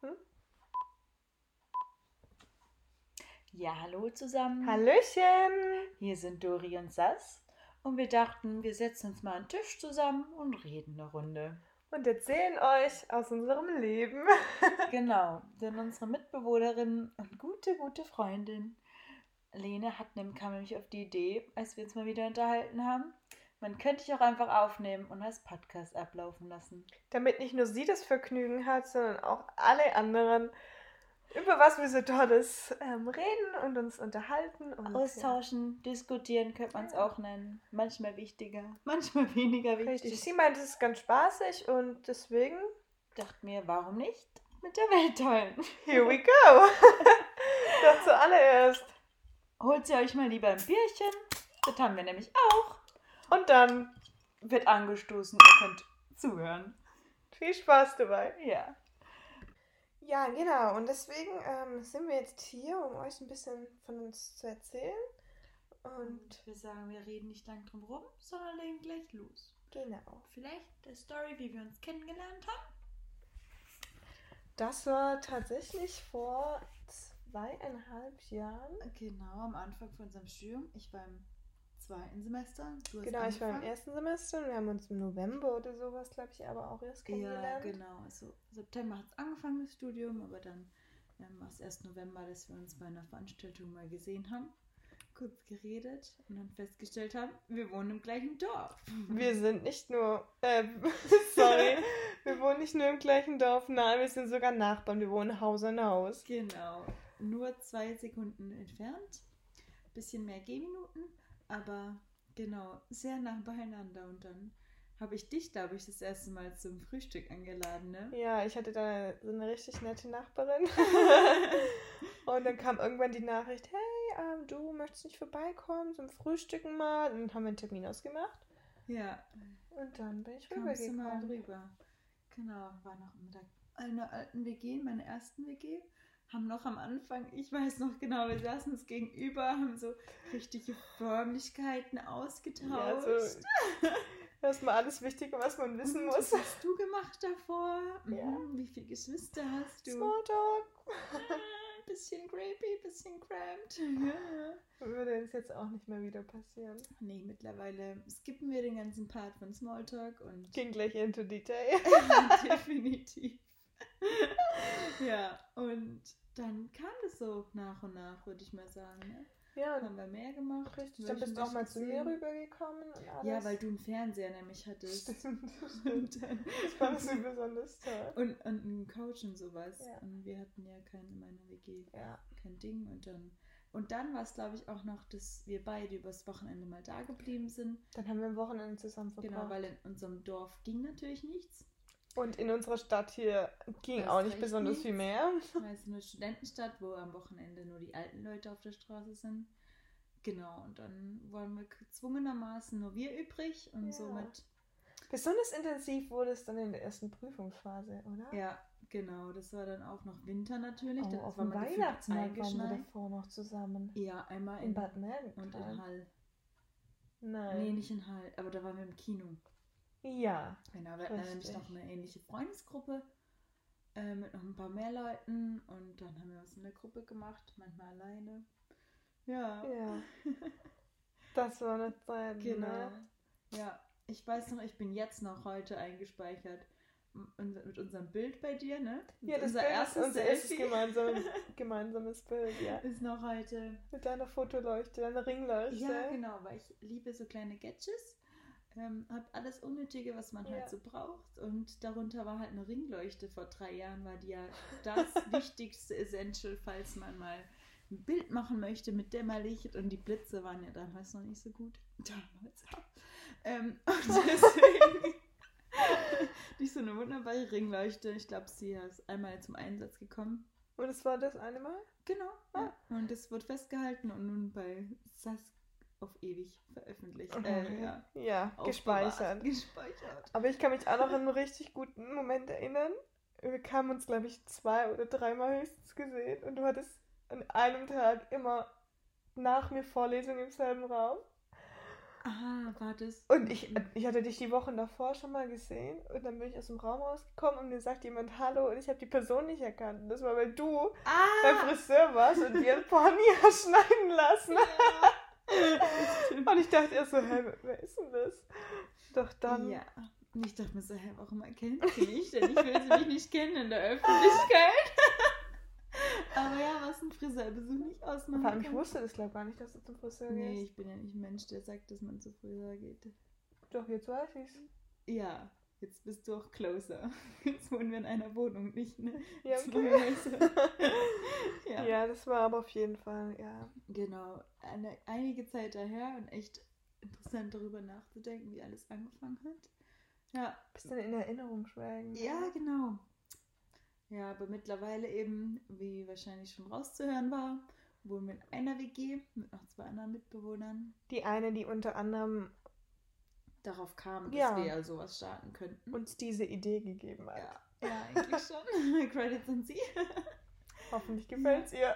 Hm? Ja, hallo zusammen. Hallöchen! Hier sind Dori und Sass und wir dachten, wir setzen uns mal an den Tisch zusammen und reden eine Runde. Und erzählen euch aus unserem Leben. genau, denn unsere Mitbewohnerin und gute, gute Freundin Lene hat nämlich, kam nämlich auf die Idee, als wir uns mal wieder unterhalten haben, man könnte dich auch einfach aufnehmen und als Podcast ablaufen lassen. Damit nicht nur sie das Vergnügen hat, sondern auch alle anderen, über was wir so Tolles ähm, reden und uns unterhalten. Und, Austauschen, diskutieren könnte man es auch nennen. Manchmal wichtiger, manchmal weniger Ja. wichtig. Richtig. Sie meint, es ist ganz spaßig und deswegen, Dachte mir, warum nicht mit der Welt teilen? here we go! Doch zuallererst. Holt sie euch mal lieber ein Bierchen. Das haben wir nämlich auch. Und dann Wird angestoßen, ihr könnt zuhören. viel Spaß dabei. Ja. Ja, genau. Und deswegen ähm, sind wir jetzt hier, um euch ein bisschen von uns zu erzählen. Und Und wir sagen, wir reden nicht lang drum rum, sondern legen gleich los. genau. Vielleicht der Story, wie wir uns kennengelernt haben. Das war tatsächlich vor zweieinhalb Jahren. Genau, am Anfang von unserem Studium. Ich war im zweiten Semester. Du hast Genau, ich war im angefangen. ersten Semester und wir haben uns im November oder sowas, glaube ich, aber auch erst Ja, kennengelernt. genau. Also September hat es angefangen, das Studium, aber dann ähm, war es erst November, dass wir uns bei einer Veranstaltung mal gesehen haben, kurz geredet und dann festgestellt haben, wir wohnen im gleichen Dorf. Wir sind nicht nur, äh, sorry, wir wohnen nicht nur im gleichen Dorf, nein, wir sind sogar Nachbarn, wir wohnen Haus an Haus. Genau. Nur zwei Sekunden entfernt. Bisschen mehr Gehminuten, aber genau, sehr nah beieinander. Und dann habe ich dich, glaube ich, das erste Mal zum Frühstück eingeladen, ne? Ja, ich hatte da so eine richtig nette Nachbarin. und dann kam irgendwann die Nachricht, hey, ähm, du möchtest nicht vorbeikommen zum Frühstücken mal. Und dann haben wir einen Termin ausgemacht. Ja, Und dann bin ich kamst du mal rübergekommen. rüber. Genau, war noch im Mittag. In der alten WG, in meiner ersten WG, haben noch am Anfang, ich weiß noch genau, wir saßen uns gegenüber, haben so richtige Förmlichkeiten ausgetauscht. Ja, also, erstmal alles Wichtige, was man wissen Und muss. Was Hm, hast du gemacht davor? Mhm. Ja. Wie viele Geschwister hast du? Smalltalk. Ein bisschen creepy, bisschen cramped. Mhm. Ja. Würde uns jetzt auch nicht mehr wieder passieren. Nee, mittlerweile skippen wir den ganzen Part von Smalltalk und Ging gleich into detail. definitiv. ja, und dann kam das so nach und nach, würde ich mal sagen. Ne? Ja, und Haben wir mehr gemacht. richtig. Dann bist du auch mal zu mir rübergekommen und alles. Ja, weil du einen Fernseher nämlich hattest. Stimmt, stimmt. Und dann- Das war so besonders toll. Und, und einen Coach und sowas. Ja. Und wir hatten ja keinen in meiner WG, Ja, kein Ding. Und dann, und dann war es, glaube ich, auch noch, dass wir beide übers Wochenende mal da geblieben sind. dann haben wir ein Wochenende zusammen verbracht. Genau, weil in unserem Dorf ging natürlich nichts. Und in unserer Stadt hier ging Das auch nicht reicht besonders nicht. viel mehr. Weil es eine Studentenstadt, wo am Wochenende nur die alten Leute auf der Straße sind. Genau, und dann waren wir gezwungenermaßen nur wir übrig und Ja. somit, Besonders intensiv wurde es dann in der ersten Prüfungsphase, oder? ja, genau, das war dann auch noch Winter natürlich. Oh, dann auf war dem man gefühlt Weihnachtsmarkt waren wir eingeschneit. davor noch zusammen. Ja, einmal In in, Bad Mergen. und in Hall. Nee, Nein. nicht in Hall, aber da waren wir im Kino. Ja. Genau, wir hatten dann nämlich Richtig. noch eine ähnliche Freundesgruppe äh, mit noch ein paar mehr Leuten und dann haben wir was in der Gruppe gemacht, manchmal alleine. Ja, Ja. Das war eine Zeit, genau. ne? Ja, ich weiß noch, ich bin jetzt noch heute eingespeichert M- unser- mit unserem Bild bei dir, ne? Ja, Mit das unser Bild ist erstes unser erstes Selfie gemeinsames, gemeinsames Bild, ja. ist noch heute. Mit deiner Fotoleuchte, deiner Ringleuchte. Ja, genau, weil ich liebe so kleine Gadgets. Ähm, hab alles Unnötige, was man Ja. halt so braucht. Und darunter war halt eine Ringleuchte. Vor drei Jahren war die ja das wichtigste Essential, falls man mal ein Bild machen möchte mit Dämmerlicht. Und die Blitze waren ja damals noch nicht so gut. Damals. Ähm, und deswegen nicht so eine wunderbare Ringleuchte. Ich glaube, sie ist einmal zum Einsatz gekommen. Und es war das eine Mal? Genau. Ja. Und das wird festgehalten und nun bei SAS auf ewig veröffentlicht. Äh, ja. ja Aufbewahrt. Mhm. gespeichert. Gespeichert. Aber ich kann mich auch noch an einen richtig guten Moment erinnern. Wir haben uns, glaube ich, zwei oder dreimal höchstens gesehen und du hattest an einem Tag immer nach mir Vorlesung im selben Raum. Ah, war das. Und ich, Mhm. ich hatte dich die Wochen davor schon mal gesehen und dann bin ich aus dem Raum rausgekommen und mir sagt jemand Hallo und ich habe die Person nicht erkannt. Und Das war, weil du beim Ah! Friseur warst und dir ein Pony hast schneiden lassen. Ja. Und ich dachte erst so, hä, wer- wer ist denn das? Doch dann, ja. Und ich dachte mir so, hä, warum erkennt sie mich denn? Ich will sie mich nicht kennen in der Öffentlichkeit. Aber ja, was ein Friseurbesuch nicht ausmachen vor allem ich kann. wusste das glaube gar nicht, dass du zum Friseur Nee, gehst. ich bin ja nicht ein Mensch, der sagt, dass man zu Friseur geht. Doch, jetzt weiß ich's. Ja, jetzt bist du auch closer. Jetzt wohnen wir in einer Wohnung, nicht ne? Ja, Jetzt wohnen okay. wir so. ja. ja. das war aber auf jeden Fall, ja. Genau, eine, einige Zeit daher und echt interessant darüber nachzudenken, wie alles angefangen hat. Ja, Bisschen in Erinnerung schwelgen. ja, genau. Ja, aber mittlerweile eben, wie wahrscheinlich schon rauszuhören war, wohnen wir in einer WG mit noch zwei anderen Mitbewohnern. Die eine, die unter anderem Darauf kam, dass Ja. wir ja sowas starten könnten. uns diese Idee gegeben hat. Mhm. ja, ja, eigentlich schon. Credits an sie. Hoffentlich gefällt's ihr. Ja,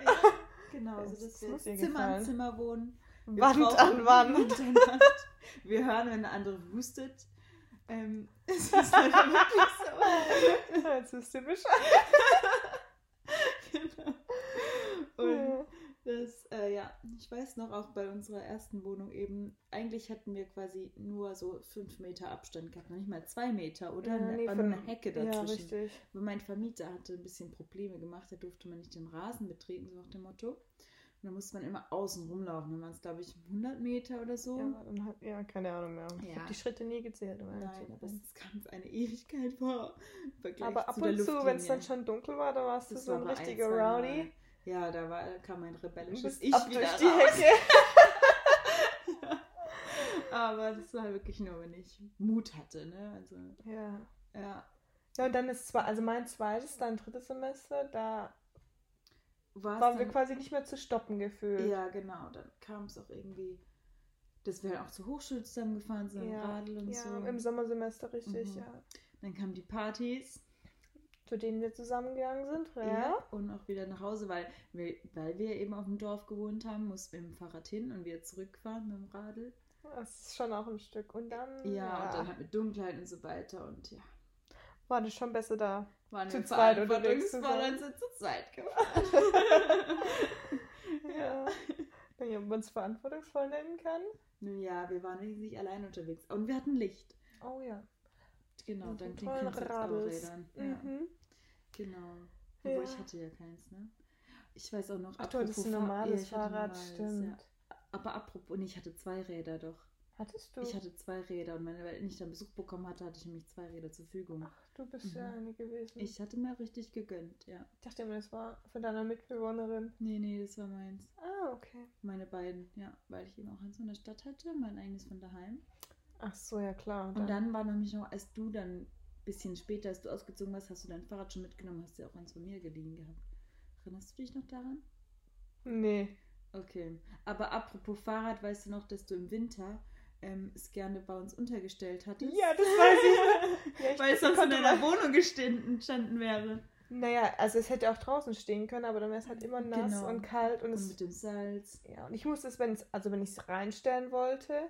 genau, Das- so dass Also das wir muss ihr Zimmer gefallen. an Zimmer wohnen. Wir Wand brauchen- an Wand. Wand an Wand. Wir hören, wenn der andere hustet. Ähm, es ist leider wirklich Jetzt wisst ihr Bescheid. so. genau. Und das, äh, ja, ich weiß noch, auch bei unserer ersten Wohnung eben, eigentlich hatten wir quasi nur so fünf Meter Abstand gehabt, noch nicht mal zwei Meter, oder? Ja, nee, War von- nur eine Hecke Ja, dazwischen. richtig. Aber mein Vermieter hatte ein bisschen Probleme gemacht, da durfte man nicht den Rasen betreten, so nach dem Motto. Und da musste man immer außen rumlaufen, dann waren es, glaube ich, 100 Meter oder so. Ja, und hat, ja, keine Ahnung mehr. Ich Ja. habe die Schritte nie gezählt. um ehrlich zu Nein, aber sein. es kam uns eine Ewigkeit vor. im Vergleich aber ab der und zu, wenn es dann Luftlinie. schon dunkel war, da warst du Das so war ein aber ein, richtiger zwei Mal. Rowdy. Ja, da war, kam mein Du rebellisches bist Ich ab wieder durch raus. die Hecke. Aber das war wirklich nur, wenn ich Mut hatte, ne? Also, Ja. ja, Ja, und dann ist zwar, also mein zweites, dann drittes Semester, da war waren wir quasi nicht mehr zu stoppen gefühlt. Ja, genau, dann kam es auch irgendwie, dass wir dann auch zur Hochschule zusammengefahren sind, Ja, im Radl und Ja, so. im Sommersemester richtig, Mhm. ja. Dann kamen die Partys. eh, Zu denen wir zusammengegangen sind, ja. Und auch wieder nach Hause, weil wir, weil wir eben auf dem Dorf gewohnt haben, mussten wir mit dem Fahrrad hin und wieder zurückfahren mit dem Radl. Das ist schon auch ein Stück. Und dann, Ja, und dann halt mit Dunkelheit und so weiter. Und ja, war das schon besser da. waren Zu wir zweit unterwegs verantwortungsvoll zusammen. und sind zu zweit gefahren. Ja. Wenn man es verantwortungsvoll nennen kann. Nun ja, wir waren wenigstens nicht allein unterwegs. Und wir hatten Licht. Oh ja. Genau, Und dank die den tollen Radls. Kinderrädern. Ja, Mhm. genau. Obwohl Ja. ich hatte ja keins, ne? Ich weiß auch noch. Ach, du hattest apropos ein Fahr- ja, normales ich hatte ein Fahrrad, normales, stimmt. Ja. Aber apropos, nee, ich hatte zwei Räder doch. Hattest du? Ich hatte zwei Räder und wenn ich dann Besuch bekommen hatte, hatte ich nämlich zwei Räder zur Verfügung. Ach, du bist ja Mhm. eine gewesen. Ich hatte mir richtig gegönnt, ja. Ich dachte immer, das war von deiner Mitbewohnerin. Nee, nee, das war meins. Ah, okay. Meine beiden, ja, weil ich eben auch eins von der Stadt hatte, mein eigenes von daheim. Ach so, ja klar. Und dann war nämlich noch, als du dann ein bisschen später, als du ausgezogen warst, hast du dein Fahrrad schon mitgenommen, hast ja auch eins von mir geliehen gehabt. Erinnerst du dich noch daran? Nee. Okay. Aber apropos Fahrrad, weißt du noch, dass du im Winter ähm, es gerne bei uns untergestellt hattest? Ja, das weiß ich. Ja, ich Weil es sonst in konnte deiner mal- Wohnung gestanden standen wäre. Naja, also es hätte auch draußen stehen können, aber dann wäre es halt immer nass Genau. und kalt und Und es. mit dem Salz. Ja, und ich musste es, wenn es, also wenn ich es reinstellen wollte,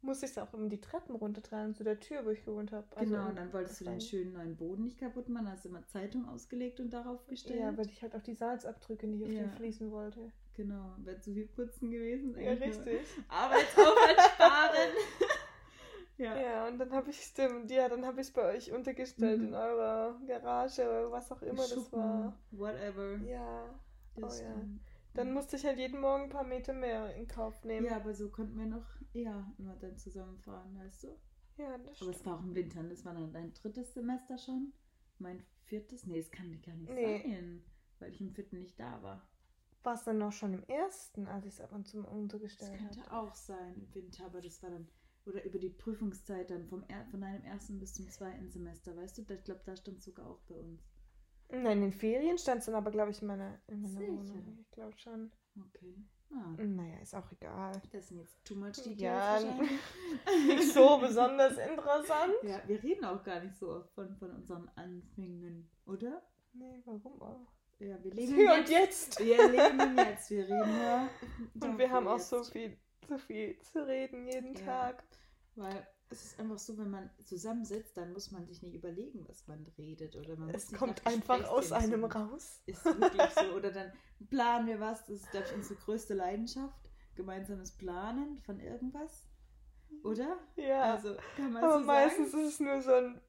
musste ich es auch immer die Treppen runtertragen zu der Tür, wo ich gewohnt habe. Also genau, um- und dann wolltest du das den war- schönen neuen Boden nicht kaputt machen, hast immer Zeitung ausgelegt und darauf gestellt. Ja, weil ich halt auch die Salzabdrücke nicht auf Ja. den Fliesen wollte. genau, wäre zu viel putzen gewesen. Ja, eigentlich nur richtig. Arbeitsaufwand sparen. ja. Ja, und dann habe ich stimmt, ja, dann habe ich es bei euch untergestellt Mhm. in eurer Garage oder was auch immer das Schuppen, war. Whatever. Ja. Das, oh ja. ähm, Dann musste ich halt jeden Morgen ein paar Meter mehr in Kauf nehmen. Ja, aber so konnten wir noch eher immer dann zusammenfahren, weißt du? ja das Aber es stimmt. war auch im Winter, und das war dann dein drittes Semester schon. Mein viertes? Nee, es kann gar nicht Nee. sein, weil ich im vierten nicht da war. War es dann noch schon im ersten, als ich es ab und zu mal Das untergestellt könnte habe? auch sein im Winter, aber das war dann, oder über die Prüfungszeit dann vom er, von deinem ersten bis zum zweiten Semester, weißt du? Da- Ich glaube, da stand sogar auch bei uns. Nein, in den Ferien stand es dann aber, glaube ich, in meiner, in meiner Sicher. Wohnung. Ich glaube schon. Okay. Ah, Naja, ist auch egal. das sind jetzt too much details Ja, wahrscheinlich. Nicht so besonders interessant. Ja, wir reden auch gar nicht so oft von, von unseren Anfängen, oder? Nee, warum auch? Ja, wir Das leben Hier im und jetzt. jetzt. Wir leben im jetzt, wir reden ja. Und wir haben auch so viel so viel zu reden jeden Ja. Tag. Weil es ist einfach so, wenn man zusammensitzt, dann muss man sich nicht überlegen, was man redet. Oder man muss Es nicht kommt nach einfach aus Gesprächsthemen einem suchen. raus. Ist wirklich so. Oder dann planen wir was. Das ist, glaube ich, unsere größte Leidenschaft. Gemeinsames Planen von irgendwas. Oder? Ja. Also kann man Aber so meistens sagen. ist es nur so ein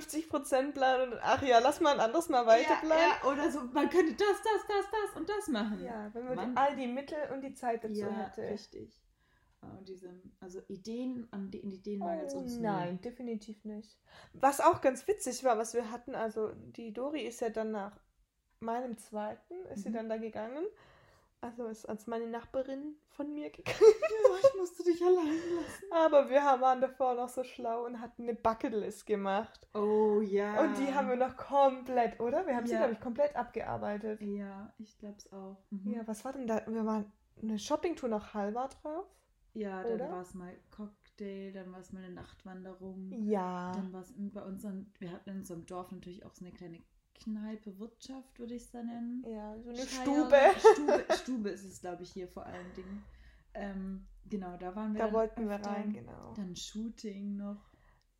50%-Plan und ach ja, lass mal ein anderes Mal weiterbleiben. Ja, ja, oder so, man könnte das, das, das, das und das Ja, machen. wenn man Mann. die, all die Mittel und die Zeit dazu Ja, hätte. richtig. Und diese, also Ideen, an die, in Ideen mangelt es Oh, uns nie. nein, definitiv nicht. Was auch ganz witzig war, was wir hatten, also die Dori ist ja dann nach meinem zweiten, ist sie Mhm. dann da gegangen. Also ist als meine Nachbarin von mir gegangen. Ja, Oh, ich musste dich allein lassen. Aber wir haben- waren davor noch so schlau und hatten eine Bucketlist gemacht. Oh ja. Und die haben wir noch komplett, oder? Wir haben sie, Ja. glaube ich, komplett abgearbeitet. Ja, ich glaub's auch. Mhm. Ja, was war denn da? Wir waren eine Shoppingtour nach Halva drauf. ja, dann oder? war es mal Cocktail, dann war es mal eine Nachtwanderung. Ja. Dann war es bei unseren, wir hatten in unserem Dorf natürlich auch so eine kleine Kneipe, Wirtschaft würde ich es da nennen. Ja, so eine Scheier- Stube. Stube. Stube ist es, glaube ich, hier vor allen Dingen. Ähm, genau, da waren wir. Da dann wollten wir öfter. rein, genau. Dann Shooting noch.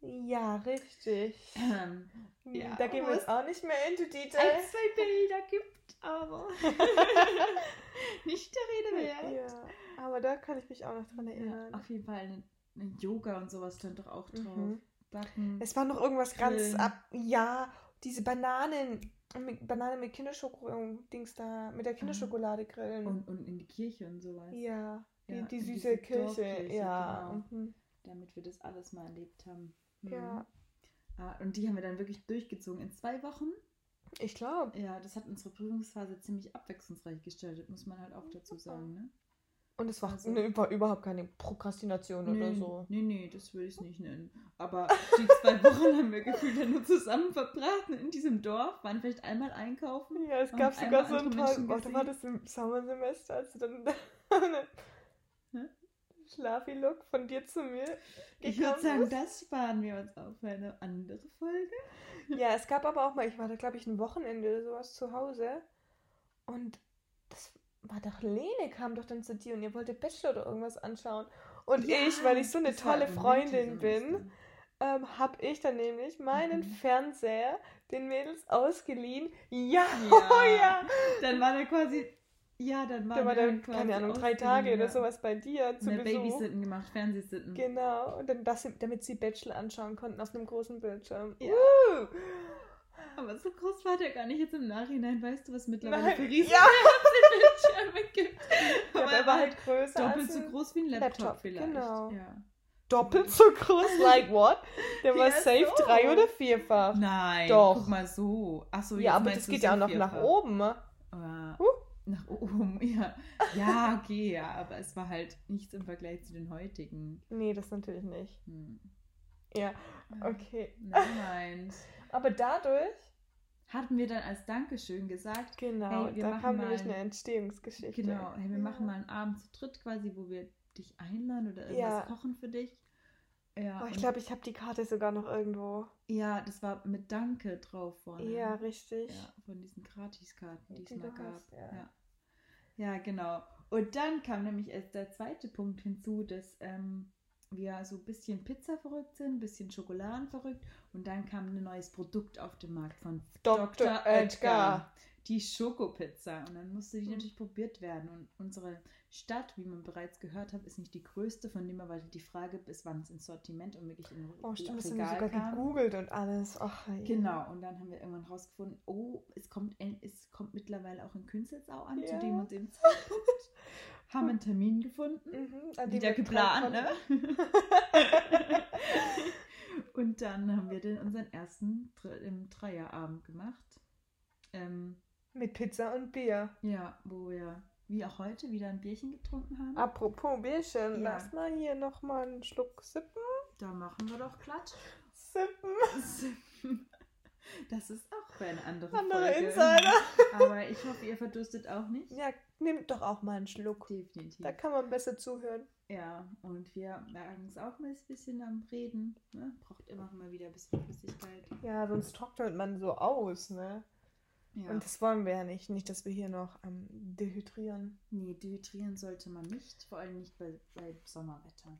Ja, richtig. Ähm, Ja, Hm, da gehen wo wir jetzt auch nicht mehr into ein, detail. zwei Bilder gibt, aber nicht der Rede wert. Ja, aber da kann ich mich auch noch dran Ja, erinnern. auf jeden Fall eine, eine Yoga und sowas stand doch auch drauf. Mhm. Backen. Es war noch irgendwas ganz Grillen. ab. Ja, diese Bananen. Mit, Banane mit Kinderschoko, Dings da, mit der Kinderschokolade grillen. Mhm. und, und in die Kirche und sowas. ja, die, Ja, die diese süße Kirche. Dorfkirche, Ja. genau. mhm. Damit wir das alles mal erlebt haben. Mhm. ja, Ah, und die haben wir dann wirklich durchgezogen in zwei Wochen. ich glaube. Ja, das hat unsere Prüfungsphase ziemlich abwechslungsreich gestaltet, muss man halt auch dazu sagen. Ne? Und es war Also- ne, war überhaupt keine Prokrastination oder so. nee, nee, das würde ich nicht nennen. Aber die zwei Wochen haben wir gefühlt dann nur zusammen verbracht ne, in diesem Dorf, waren vielleicht einmal einkaufen. Ja, es Haben gab einmal sogar so ein andere paar. Menschen Warte, war das im Sommersemester, als du dann eine Schlafi-Look von dir zu mir Ich würde gekommen sagen, bist? das sparen wir uns auf für eine andere Folge. Ja, es gab aber auch mal, ich war da, glaube ich, ein Wochenende oder sowas zu Hause. Und das war doch Lene, kam doch dann zu dir und ihr wollte Bachelor oder irgendwas anschauen. Und Ja, ich, weil ich so eine das war tolle im Freundin Wintersemester. bin, ähm, habe ich dann nämlich meinen Mhm. Fernseher den Mädels ausgeliehen. Ja, Ja. oh ja! Dann war der quasi. Ja, dann war Da war der dann, quasi keine Ahnung, drei ausgeliehen, Tage ja. oder sowas bei dir zu Haben wir Besuch. Babysitten gemacht, Fernsehsitten. Genau, und dann das, damit sie Bachelor anschauen konnten auf einem großen Bildschirm. Ja. Uh! Aber so groß war der gar nicht. Jetzt im Nachhinein weißt du, was mittlerweile Nein. für riesen Ja. Bildschirme gibt. Aber er war halt größer doppelt als so ein- groß wie ein Laptop, Laptop, vielleicht. genau. Ja. Doppelt so groß, like what? Der war Ja, safe so. drei oder vierfach. Nein, Doch. guck mal so. Achso, ja, aber das geht ja auch noch nach oben. ne? Uh. Ja. Huh? Nach oben, ja. Ja, okay, ja, aber es war halt nichts im Vergleich zu den heutigen. Nee, das natürlich nicht. Hm. Ja, okay. Nein. Aber dadurch, Hatten wir dann als Dankeschön gesagt, genau, Hey, wir da machen kam mal- nämlich eine Entstehungsgeschichte. genau, hey, wir Ja. machen mal einen Abend zu dritt quasi, wo wir dich einladen oder irgendwas Ja. kochen für dich. Ja, Oh, ich und- glaube, ich habe die Karte sogar noch irgendwo. ja, das war mit Danke drauf vorne. Ja, richtig. Oh, ne? Ja, von diesen Gratiskarten, die es Die mal du gab. hast, ja. ja. ja, genau. Und dann kam nämlich erst der zweite Punkt hinzu, dass ähm, wir so ein bisschen Pizza verrückt sind, ein bisschen Schokoladen verrückt und dann kam ein neues Produkt auf den Markt von Dr. Oetker. Die Schokopizza. Und dann musste die Mhm. natürlich probiert werden. Und unsere Stadt, wie man bereits gehört hat, ist nicht die größte, von dem aber die Frage bis wann es ins Sortiment und wirklich in Oh, stimmt, das haben wir Regal sogar kam. gegoogelt und alles. Ach, ja. Genau, und dann haben wir irgendwann rausgefunden, oh, es kommt, en- es kommt mittlerweile auch in Künzelsau an, zu Ja. dem und dem Zeitpunkt. haben einen Termin gefunden, Mhm, an dem wieder wir geplant, dran ne? konnten. und dann haben wir dann unseren ersten Dre ähm, Dreierabend gemacht. Ähm, Mit Pizza und Bier. ja, wo wir, wie auch heute, wieder ein Bierchen getrunken haben. Apropos Bierchen, Ja. lass mal hier nochmal einen Schluck sippen. Da machen wir doch Klatsch. Sippen. Das ist auch für eine andere, Andere Folge. Insider. Aber ich hoffe, ihr verdurstet auch nicht. Ja, nimmt doch auch mal einen Schluck. Definitiv. Da kann man besser zuhören. Ja, und wir merken es auch mal ein bisschen am Reden. Ne? Braucht immer mal wieder ein bisschen Flüssigkeit. Ja, sonst trocknet man so aus, ne? Ja. Und das wollen wir ja nicht. Nicht, dass wir hier noch ähm, dehydrieren. nee, dehydrieren sollte man nicht, vor allem nicht bei, bei Sommerwetter.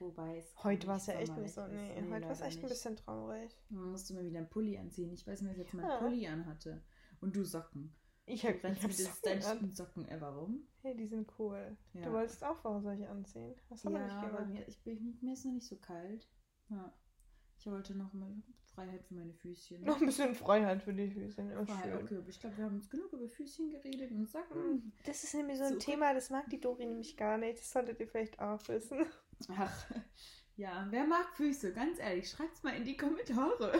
Wobei es. Heute nicht war es ja echt nicht so. Sommerwetter Nee, ist. heute war es leider echt ein nicht. bisschen traurig. Man musste mir wieder einen Pulli anziehen. Ich weiß nicht, was jetzt mein Ja. Pulli anhatte. Und du Socken. Ah. Ich Du hab, ich rennst hab mit den Socken an. stylischsten Socken ever rum. Hey, die sind cool. Ja. Du wolltest auch vorher solche anziehen. Das haben wir ja, nicht aber gemacht. mir, ich bin, mir ist noch nicht so kalt. Ja. Ich wollte noch mal Freiheit für meine Füßchen. Noch ein bisschen Freiheit für die Füße. Immer Freiheit, schön. okay, aber ich glaube, wir haben uns genug über Füßchen geredet und Socken. Hm, Das ist nämlich so ein Super. Thema, das mag die Dori nämlich gar nicht. Das solltet ihr vielleicht auch wissen. Ach, ja, wer mag Füße? Ganz ehrlich, schreibt's mal in die Kommentare.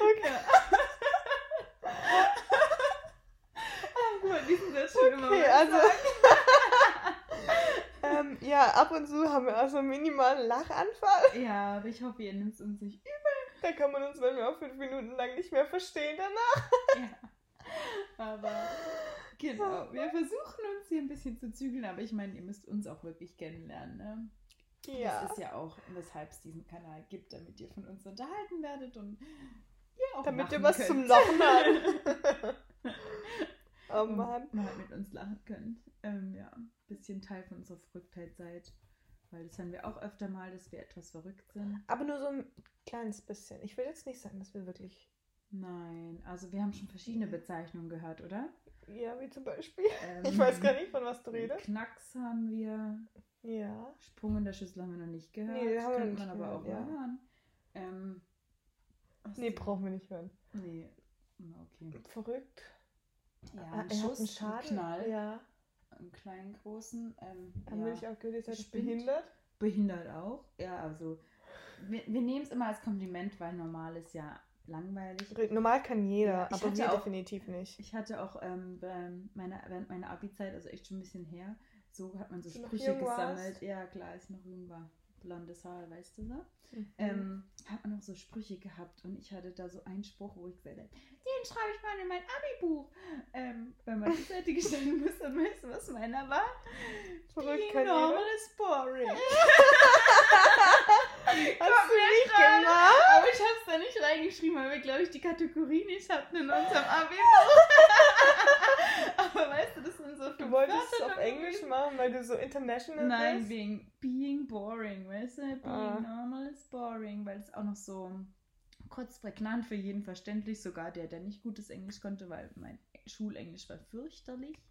Okay. Ah, Guck mal, diesen Satz schon immer Okay, mal also. sagen. ähm, ja, ab und zu haben wir auch so einen minimalen Lachanfall. Ja, aber ich hoffe, ihr nimmt uns nicht übel. Da kann man uns dann auch fünf Minuten lang nicht mehr verstehen danach. Aber genau, wir versuchen uns hier ein bisschen zu zügeln, aber ich meine, ihr müsst uns auch wirklich kennenlernen, ne? Das Ja. ist ja auch, weshalb es diesen Kanal gibt, damit ihr von uns unterhalten werdet und ihr auch Damit ihr machen was könnt. zum Lachen habt. oh Und Mann. mal mit uns lachen könnt. Ähm, ja, ein bisschen Teil von unserer Verrücktheit seid. Weil das haben wir auch öfter mal, dass wir etwas verrückt sind. Aber nur so ein kleines bisschen. Ich will jetzt nicht sagen, dass wir wirklich. Nein, also wir haben schon verschiedene Bezeichnungen gehört, oder? Ja, wie zum Beispiel. Ähm, Ich weiß gar nicht, von was du redest. Knacks haben wir, Ja. Sprung in der Schüssel haben wir noch nicht gehört. Nee, den haben wir Könnte noch man nicht aber auch gehört, mal ja. hören. Ähm, was Nee, denn? brauchen wir nicht hören. Nee, Na, okay. Verrückt. Ja, ein Ah, er hat Schuss, ein einen Schaden. Knall, Ja. einen kleinen, großen. Ähm, Haben ja. wir nicht auch gehört, ihr seid Spinnt. behindert? behindert auch. Ja, also wir, wir nehmen es immer als Kompliment, weil normal ist ja langweilig. Normal kann jeder, Ja, ich aber hatte wir auch- definitiv nicht. Ich hatte auch ähm, beim- meiner, während meiner Abi-Zeit, also echt schon ein bisschen her, so hat man so Als du noch Sprüche jung gesammelt. warst. Ja, klar, als ich noch jung war. Blondes Haar, weißt du so? Mhm. Ähm, hat man auch so Sprüche gehabt und ich hatte da so einen Spruch, wo ich gesagt habe, den schreibe ich mal in mein Abi-Buch. Ähm, wenn man die Seite gestanden ist, dann weißt du, was meiner war. Verrückt, Being kein normal is boring. Hast du nicht gemacht? Aber ich hab's da nicht reingeschrieben, weil wir, glaube ich, die Kategorie nicht hatten in unserem AB. Aber weißt du, das sind so Du fünf wolltest es Wörter auf drin. Englisch machen, weil du so international Nein, bist? wegen being boring, weißt du? Being Ah. normal is boring, weil es auch noch so kurz prägnant für jeden verständlich, sogar der, der nicht gutes Englisch konnte, weil mein Schulenglisch war fürchterlich.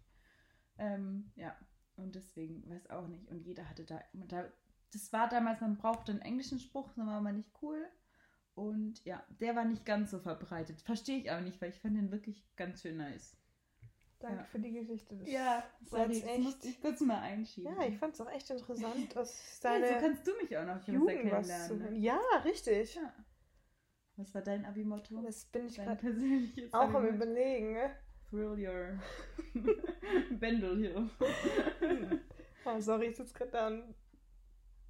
Ähm, ja, und deswegen weiß auch nicht. Und jeder hatte da, und da, das war damals, man brauchte einen englischen Spruch, dann war man nicht cool. Und ja, der war nicht ganz so verbreitet. Verstehe ich aber nicht, weil ich fand den wirklich ganz schön nice. Danke Ja. für die Geschichte. Das sorry, jetzt das musste ich kurz mal einschieben. Ja, ich fand's auch echt interessant, dass Ja, deine so kannst du mich auch noch besser Jugend was zu kennenlernen. hören. Ne? Ja, richtig. Ja. Was war dein Abi-Motto? Das bin ich Dein gerade persönliches auch am Abi-Motto? Überlegen. Ne? Thrill your Bendel hier. Oh, sorry, ich sitze gerade da und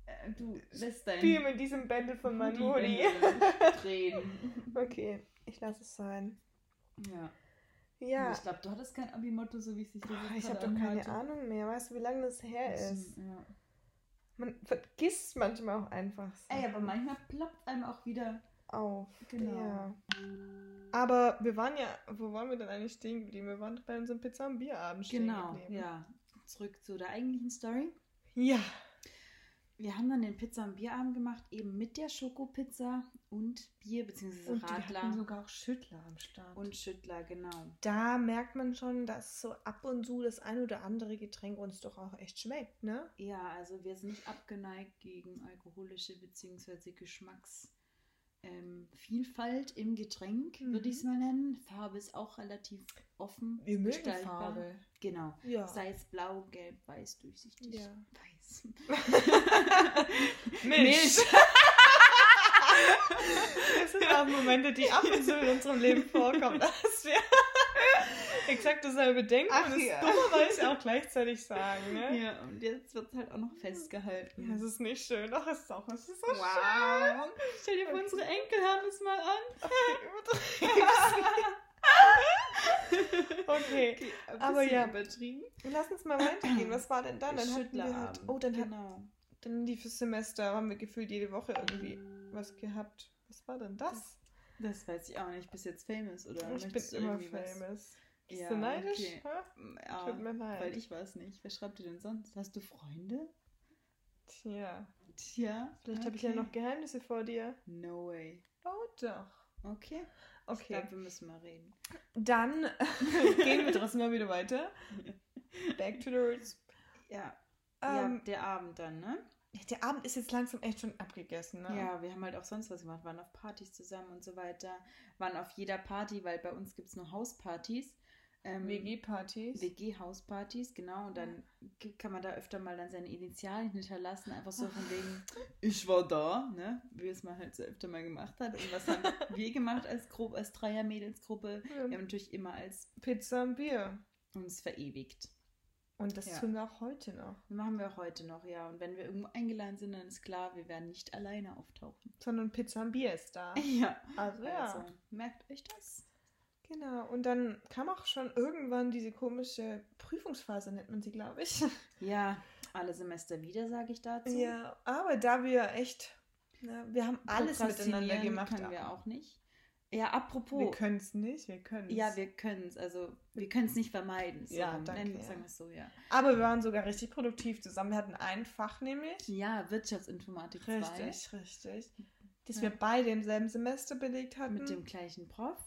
Äh, Du lässt dein spiele mit diesem Bändel von meinem Hoodie. Hoodie-Bändel drehen. Okay, ich lasse es sein. Ja. Ja, Ich glaube, du hattest kein Abi-Motto, so wie es sich das Boah, jetzt ich habe gerade doch keine anhörte. Ahnung mehr. Weißt du, wie lange das her ist? Ja. Man vergisst manchmal auch einfach Ey, Sachen aber manchmal ploppt einem auch wieder. auf. Genau. Ja. Aber wir waren ja, wo waren wir denn eigentlich stehen geblieben? Wir waren doch bei unserem Pizza- und Bierabend stehen Genau, geblieben. ja. Zurück zu der eigentlichen Story. Ja. Wir haben dann den Pizza- und Bierabend gemacht, eben mit der Schokopizza und Bier bzw. Und die hatten Radler sogar auch Schüttler am Start. und Schüttler, genau. da merkt man schon, dass so ab und zu das ein oder andere Getränk uns doch auch echt schmeckt, ne? Ja, also wir sind nicht abgeneigt gegen alkoholische bzw. Geschmacksvielfalt ähm, Vielfalt im Getränk, Mhm. würde ich es mal nennen. Farbe ist auch relativ offen. Wir mögen gestaltbar. Farbe. Genau. Ja. Sei es blau, gelb, weiß, durchsichtig. Ja. Weiß. Milch. Das sind auch Momente, die ab und zu in unserem Leben vorkommen, dass wir exakt dasselbe denken Ach und es ja. dummerweise auch gleichzeitig sagen. Ne? Ja, und jetzt wird es halt auch noch festgehalten. Das ist nicht schön. Doch, es ist auch es ist so wow. Stell dir vor, Okay. unsere Enkel hören es mal an. schön. Okay, Okay, ein Aber bisschen ja. übertrieben. lass uns mal weitergehen. Was war denn dann? Dann hatten wir halt, Schüttlerabend. oh, dann, hat, genau. dann lief das Semester, haben wir gefühlt jede Woche irgendwie was gehabt. Was war denn das? Das weiß ich auch nicht. Bist jetzt famous oder ich bin möchtest du immer irgendwie was- famous. Bist Ja, du neidisch? okay. Mm, hä? Ja, Tut mir leid. weil ich weiß nicht. Wer schreibt dir denn sonst? Hast du Freunde? Tja, Tja. vielleicht habe ich ja okay. noch Geheimnisse vor dir. No way. Oh doch. Okay. Ich Okay, glaube, wir müssen mal reden. dann gehen wir trotzdem mal wieder weiter. Back to the roots. Ja. ja, Ähm, der Abend dann, ne? Der Abend ist jetzt langsam echt schon abgegessen, ne? Ja, wir haben halt auch sonst was gemacht, waren auf Partys zusammen und so weiter, waren auf jeder Party, weil bei uns gibt es nur Hauspartys. Ähm, WG-Partys. WG-Hauspartys, genau. Und dann g- kann man da öfter mal dann seine Initialen hinterlassen, einfach so von wegen, ich war da, ne? Wie es man halt so öfter mal gemacht hat. Und was haben wir gemacht als Gruppe, als Dreier-Mädelsgruppe? Wir haben natürlich immer als Ähm, Pizza und Bier. uns verewigt. Und das Ja. tun wir auch heute noch. Machen wir auch heute noch, ja. Und wenn wir irgendwo eingeladen sind, dann ist klar, wir werden nicht alleine auftauchen. Sondern Pizza und Bier ist da. Ja. Also ja. Also, merkt euch das. Genau. Und dann kam auch schon irgendwann diese komische Prüfungsphase, nennt man sie, glaube ich. Ja, alle Semester wieder, sage ich dazu. Ja. Aber da wir echt, ne, wir haben alles miteinander Prokrastinieren gemacht. Können wir auch nicht. Ja, apropos. wir können es nicht, wir können es. Ja, wir können es. Also, wir können es nicht vermeiden. So, Ja, rum. danke, Nennen- ja. Sagen wir es so, ja. Aber wir waren sogar richtig produktiv zusammen. Wir hatten ein Fach nämlich. Ja, Wirtschaftsinformatik 2 Richtig, richtig. Das Ja. wir beide im selben Semester belegt hatten. mit dem gleichen Prof.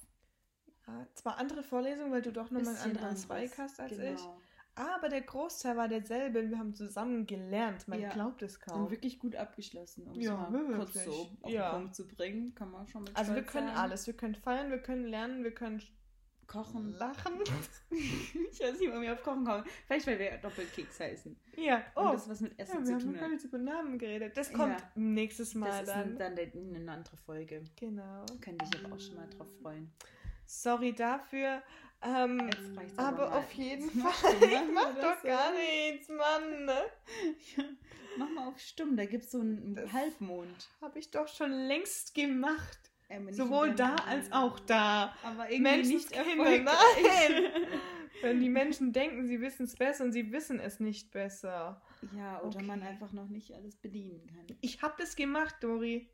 ja, zwar andere Vorlesungen, weil du doch nochmal einen Bisschen anderen anderes. Zweig hast als ich. genau. Aber der Großteil war derselbe. Wir haben zusammen gelernt. Man Ja. glaubt es Und kaum. wirklich gut abgeschlossen, um Ja, es mal kurz wirklich. so auf Ja. den Punkt zu bringen. Kann man schon mit also wir Stolz können sagen. alles. Wir können feiern, wir können lernen, wir können Kochen. lachen. ich weiß nicht, warum wir auf Kochen kommen. Vielleicht, weil wir Doppelkeks heißen. ja, Und oh. das was mit Essen ja, wir zu haben tun noch gar hat. nicht über Namen geredet. Das kommt Ja. nächstes Mal Das dann. ist dann der- eine andere Folge. Genau. Könnt ihr euch aber auch schon mal drauf freuen. Sorry dafür. Ähm, Jetzt reicht's aber mal. auf jeden Jetzt macht- Fall. machen Ich wir mach das doch gar so. nichts, Mann. Ne? Mach mal auf stumm, da gibt es so einen Das- Halbmond. Habe ich doch schon längst gemacht. Ähm, nicht Sowohl im da Fernsehen. als auch da. Aber irgendwie nicht Menschenskinder, erfolgreich. Wenn die Menschen denken, sie wissen es besser und sie wissen es nicht besser. ja, oder man Okay. einfach noch nicht alles bedienen kann. Ich hab das gemacht, Dori.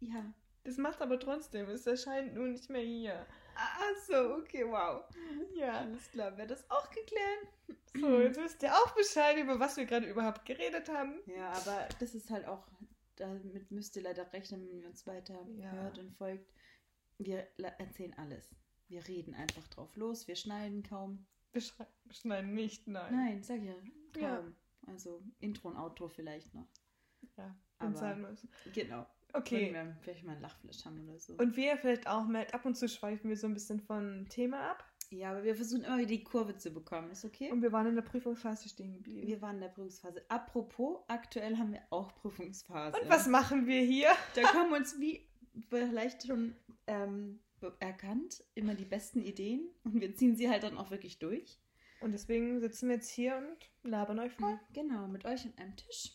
Ja. Das macht aber trotzdem. Es erscheint nur nicht mehr hier. Ach so, okay, wow. Ja. Alles klar, wäre das auch geklärt. So, jetzt wisst ihr auch Bescheid, über was wir gerade überhaupt geredet haben. Ja, aber das ist halt auch, damit müsst ihr leider rechnen, wenn ihr uns weiter Ja. hört und folgt. Wir la- erzählen alles. Wir reden einfach drauf los, wir schneiden kaum. Wir schrei- schneiden nicht, nein. Nein, sag ja, kaum. Ja. Also Intro und Outro vielleicht noch. Ja, Aber- und sein muss. Genau. Wenn Okay. wir vielleicht mal ein Lachflash haben oder so. Und wir vielleicht auch merkt, ab und zu schweifen wir so ein bisschen von Thema ab. ja, aber wir versuchen immer wieder die Kurve zu bekommen. Ist okay? Und wir waren in der Prüfungsphase stehen geblieben. Wir waren in der Prüfungsphase. Apropos, aktuell haben wir auch Prüfungsphase. Und was machen wir hier? Da kommen uns, wie vielleicht schon ähm, be- erkannt, immer die besten Ideen und wir ziehen sie halt dann auch wirklich durch. Und deswegen sitzen wir jetzt hier und labern euch voll. Genau, mit euch an einem Tisch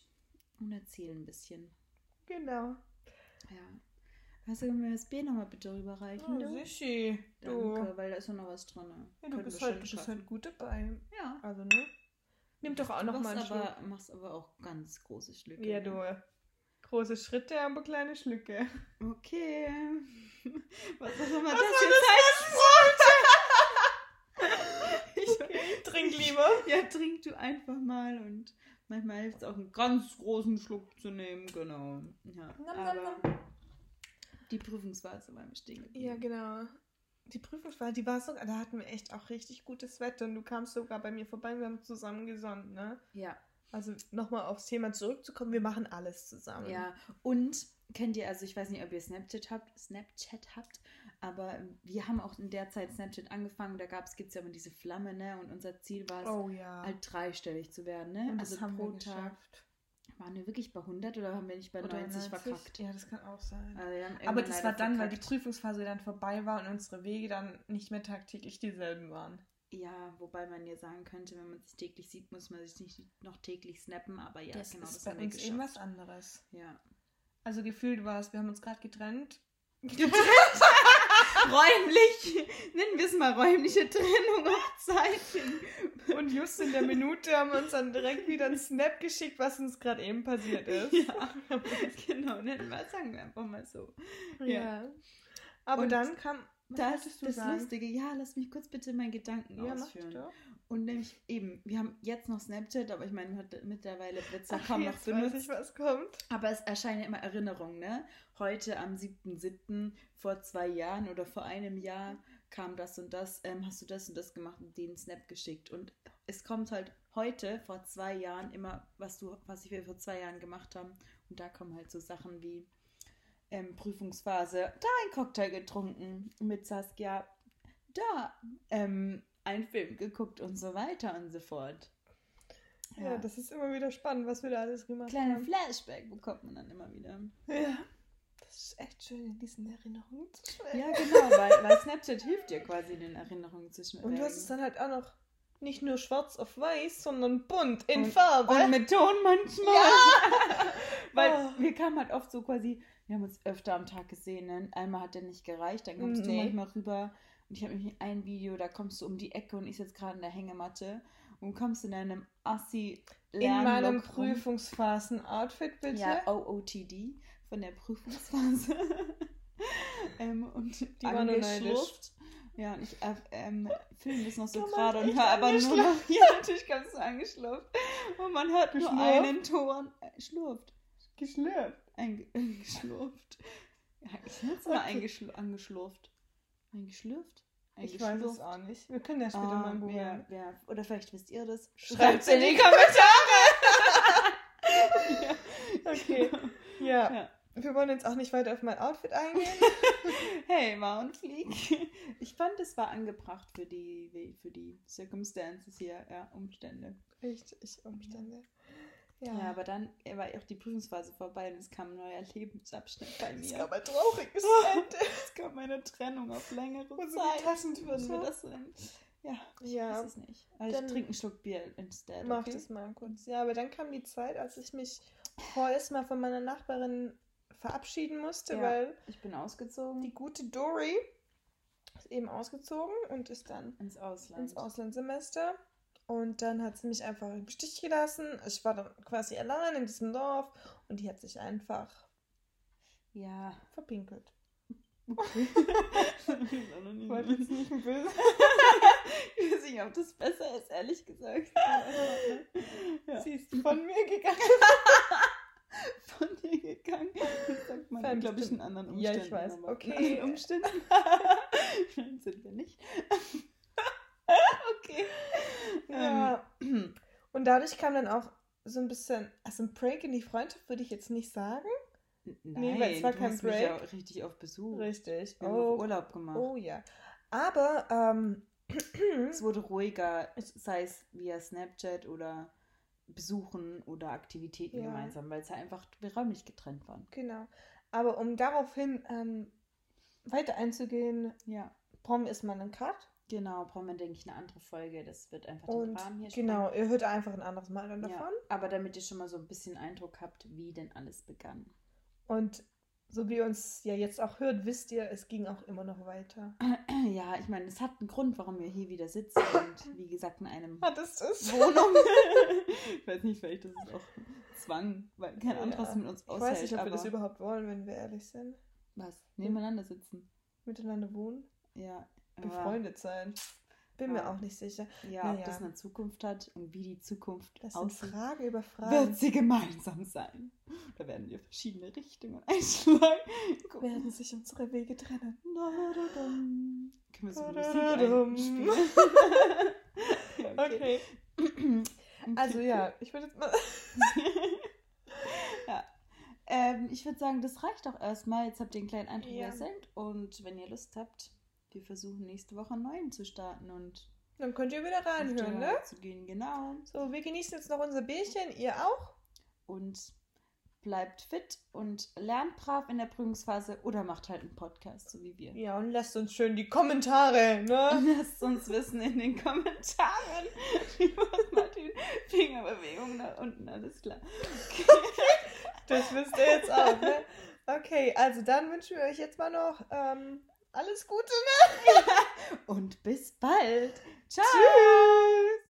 und erzählen ein bisschen. Genau. Ja. Kannst du mir das Bier nochmal bitte rüberreichen? du? Sichi. Ah, Oh, Du, Danke, weil da ist ja noch was drin. ja, du, bist, halt, du bist halt gut dabei. Ja. Also, ne? Nimm doch auch Du noch mal einen machst Schluck. aber, machst aber auch ganz große Schlücke. ne? Ja, du. Große Schritte, aber kleine Schlücke. Okay. Was auch immer Was das war jetzt heißt. Trink lieber. Ja, trink du einfach mal und manchmal hilft es auch einen ganz großen Schluck zu nehmen, genau. Ja, Nom, nom, aber die Prüfungsphase war im Stehen Ja, geblieben. genau. Die Prüfungsphase, die war so, da hatten wir echt auch richtig gutes Wetter und du kamst sogar bei mir vorbei und wir haben zusammen gesonnen, ne? Ja, Also nochmal aufs Thema zurückzukommen, wir machen alles zusammen. ja. Und kennt ihr, also ich weiß nicht, ob ihr Snapchat habt, Snapchat habt, aber wir haben auch in der Zeit Snapchat angefangen, da gab es, gibt es ja immer diese Flamme, ne? Und unser Ziel war es, Oh ja. halt dreistellig zu werden, ne? Und das also haben pro Tag. wir geschafft. Waren wir wirklich bei 100 oder haben wir nicht bei Oder 90 verkackt? Ja, das kann auch sein. Also wir haben Aber irgendwann das leider war dann, weil die verkackt. Prüfungsphase dann vorbei war und unsere Wege dann nicht mehr tagtäglich dieselben waren. Ja, wobei man ja sagen könnte, wenn man sich täglich sieht, muss man sich nicht noch täglich snappen, aber ja, das genau, ist das bei haben wir uns eben was geschafft. anderes. Ja. Also gefühlt war es, wir haben uns gerade getrennt. Getrennt? räumlich, nennen wir es mal räumliche Trennung auf Zeit. Und just in der Minute haben wir uns dann direkt wieder einen Snap geschickt, was uns gerade eben passiert ist. Ja, genau, nennen wir, sagen wir einfach mal so. Ja. Aber Und dann kam. was Das wolltest ist du das sagen? Lustige. Ja, lass mich kurz bitte meinen Gedanken Ja, mach ausführen. doch. Und nämlich eben, wir haben jetzt noch Snapchat, aber ich meine, man hat mittlerweile Blitzer Ach, kaum noch jetzt weiß benutzt. ich, was kommt. Aber es erscheinen ja immer Erinnerungen, ne? Heute am 7.7. vor zwei Jahren oder vor einem Jahr kam das und das, ähm, hast du das und das gemacht und den Snap geschickt. Und es kommt halt heute vor zwei Jahren immer, was du, was wir vor zwei Jahren gemacht haben. Und da kommen halt so Sachen wie ähm, Prüfungsphase, da ein Cocktail getrunken mit Saskia, da ähm, einen Film geguckt und so weiter und so fort. Ja. das ist immer wieder spannend, was wir da alles gemacht Kleiner haben. Flashback bekommt man dann immer wieder. Ja. Das ist echt schön, in diesen Erinnerungen zu schwelgen. Ja, genau, weil, weil Snapchat hilft dir quasi in den Erinnerungen zu schwelgen. Und du hast es dann halt auch noch nicht nur schwarz auf weiß, sondern bunt in Und- Farbe. Und mit Ton manchmal. weil Oh. wir kamen halt oft so quasi, wir haben uns öfter am Tag gesehen. Ne? Einmal hat der nicht gereicht, dann kommst Nee. du manchmal rüber. Und ich habe nämlich ein Video, da kommst du um die Ecke und ich sitze gerade in der Hängematte und kommst in einem assi in meinem Lernlook rum. Prüfungsphasen-Outfit, bitte. Ja, OOTD von der Prüfungsphase. ähm, und die war nur neidisch. angeschlurft. Ja, und ich äh, ähm, film das noch so Du meinst gerade und echt höre aber nur noch. angeschlurft? Ja, natürlich ganz angeschlurft. Und man hört nur Geschlurft? einen Ton. Äh, schlurft. geschlürft. Einge eingeschlurft. Ja, ich nutze mal eingeschl angeschlurft. Eingeschlürft? Ich weiß es auch nicht. Wir können ja später mal Ah, googeln. wer, wer, oder vielleicht wisst ihr das. Schreibt's in die Okay. Kommentare. Ja. ja. wir wollen jetzt auch nicht weiter auf mein Outfit eingehen. Hey, Mountfleek. Ich fand, es war angebracht für die, für die Circumstances hier, ja, Umstände. Richtig, Umstände. Ja, Ja. aber dann war auch die Prüfungsphase vorbei und es kam ein neuer Lebensabschnitt bei das mir. gab ein trauriges Ende. es gab meine Trennung auf längere Wo sind die Zeit. Taschentücher? Was wird das denn? Ja, ich Ja. weiß es nicht. Also Dann- ich trinke einen Schluck Bier instead. Mach okay? das mal kurz. Ja, aber dann kam die Zeit, als ich mich vorerst mal von meiner Nachbarin verabschieden musste, Ja. weil Ich bin ausgezogen die gute Dory ist eben ausgezogen und ist dann ins Ausland. ins Auslandssemester. Und dann hat sie mich einfach im Stich gelassen. Ich war dann quasi allein in diesem Dorf und die hat sich einfach Ja. verpinkelt. ich Wollte jetzt nicht ein böse. Ich weiß nicht, ob das besser ist, ehrlich gesagt. Ja. Sie ist von mir gegangen. von dir gegangen. Das sagt man, Fein, glaube ich, in bestimmt. anderen Ja, Umständen. ich weiß. aber- Okay. In anderen Umständen? Nein, sind wir nicht. okay. Ja. Ähm, Und dadurch kam dann auch so ein bisschen, also ein Break in die Freundschaft würde ich jetzt nicht sagen. Nein, weil es war du kein hast Break. mich ja auch richtig auf Besuch. Richtig. Wir haben auch Oh, Urlaub gemacht. oh ja. Aber ähm, Es wurde ruhiger, sei es via Snapchat oder Besuchen oder Aktivitäten Ja. gemeinsam, weil es ja einfach wir räumlich getrennt waren. genau. Aber um daraufhin ähm, weiter einzugehen, Ja. Prom ist mal ein Cut. Genau, brauchen wir, denke ich, eine andere Folge. Das wird einfach den Und Rahmen hier sprengen. genau, ihr hört einfach ein anderes Mal dann davon. Ja, aber damit ihr schon mal so ein bisschen Eindruck habt, wie denn alles begann. Und so wie ihr uns ja jetzt auch hört, wisst ihr, es ging auch immer noch weiter. Ja, ich meine, es hat einen Grund, warum wir hier wieder sitzen und wie gesagt in einem Hattest du es? Wohnung. ich weiß nicht, vielleicht ist es auch Zwang, weil kein Ja. anderes mit uns Ich aushält. weiß nicht, ob aber wir das überhaupt wollen, wenn wir ehrlich sind. was? Nebeneinander sitzen. Miteinander wohnen, Ja. aber- befreundet sein. Bin mir Ja. auch nicht sicher. Ja, ob Naja. das eine Zukunft hat und wie die Zukunft Das sind aussieht. Fragen über Wird Fragen. sie gemeinsam sein? Da werden wir verschiedene Richtungen einschlagen. Gucken. Werden sich unsere Wege trennen. Können wir so Musik Dadadum. einspielen? ja, okay. Okay. Also ja. ja, ich würde jetzt mal. Ähm, ich würde sagen, das reicht doch erstmal. Jetzt habt ihr einen kleinen Eindruck, Ja. wer wir sind. Und wenn ihr Lust habt, wir versuchen nächste Woche einen neuen zu starten und Dann könnt ihr wieder reinhören, ne? zu gehen. Genau. So, wir genießen jetzt noch unser Bierchen, ihr auch? Und bleibt fit und lernt brav in der Prüfungsphase oder macht halt einen Podcast, so wie wir. Ja, und lasst uns schön die Kommentare, ne? Lasst uns wissen in den Kommentaren. Ich muss mal die Fingerbewegung nach unten, alles klar. Das wisst ihr jetzt auch, ne? Okay, also dann wünschen wir euch jetzt mal noch ähm, Alles Gute. Und bis bald. Ciao. Tschüss.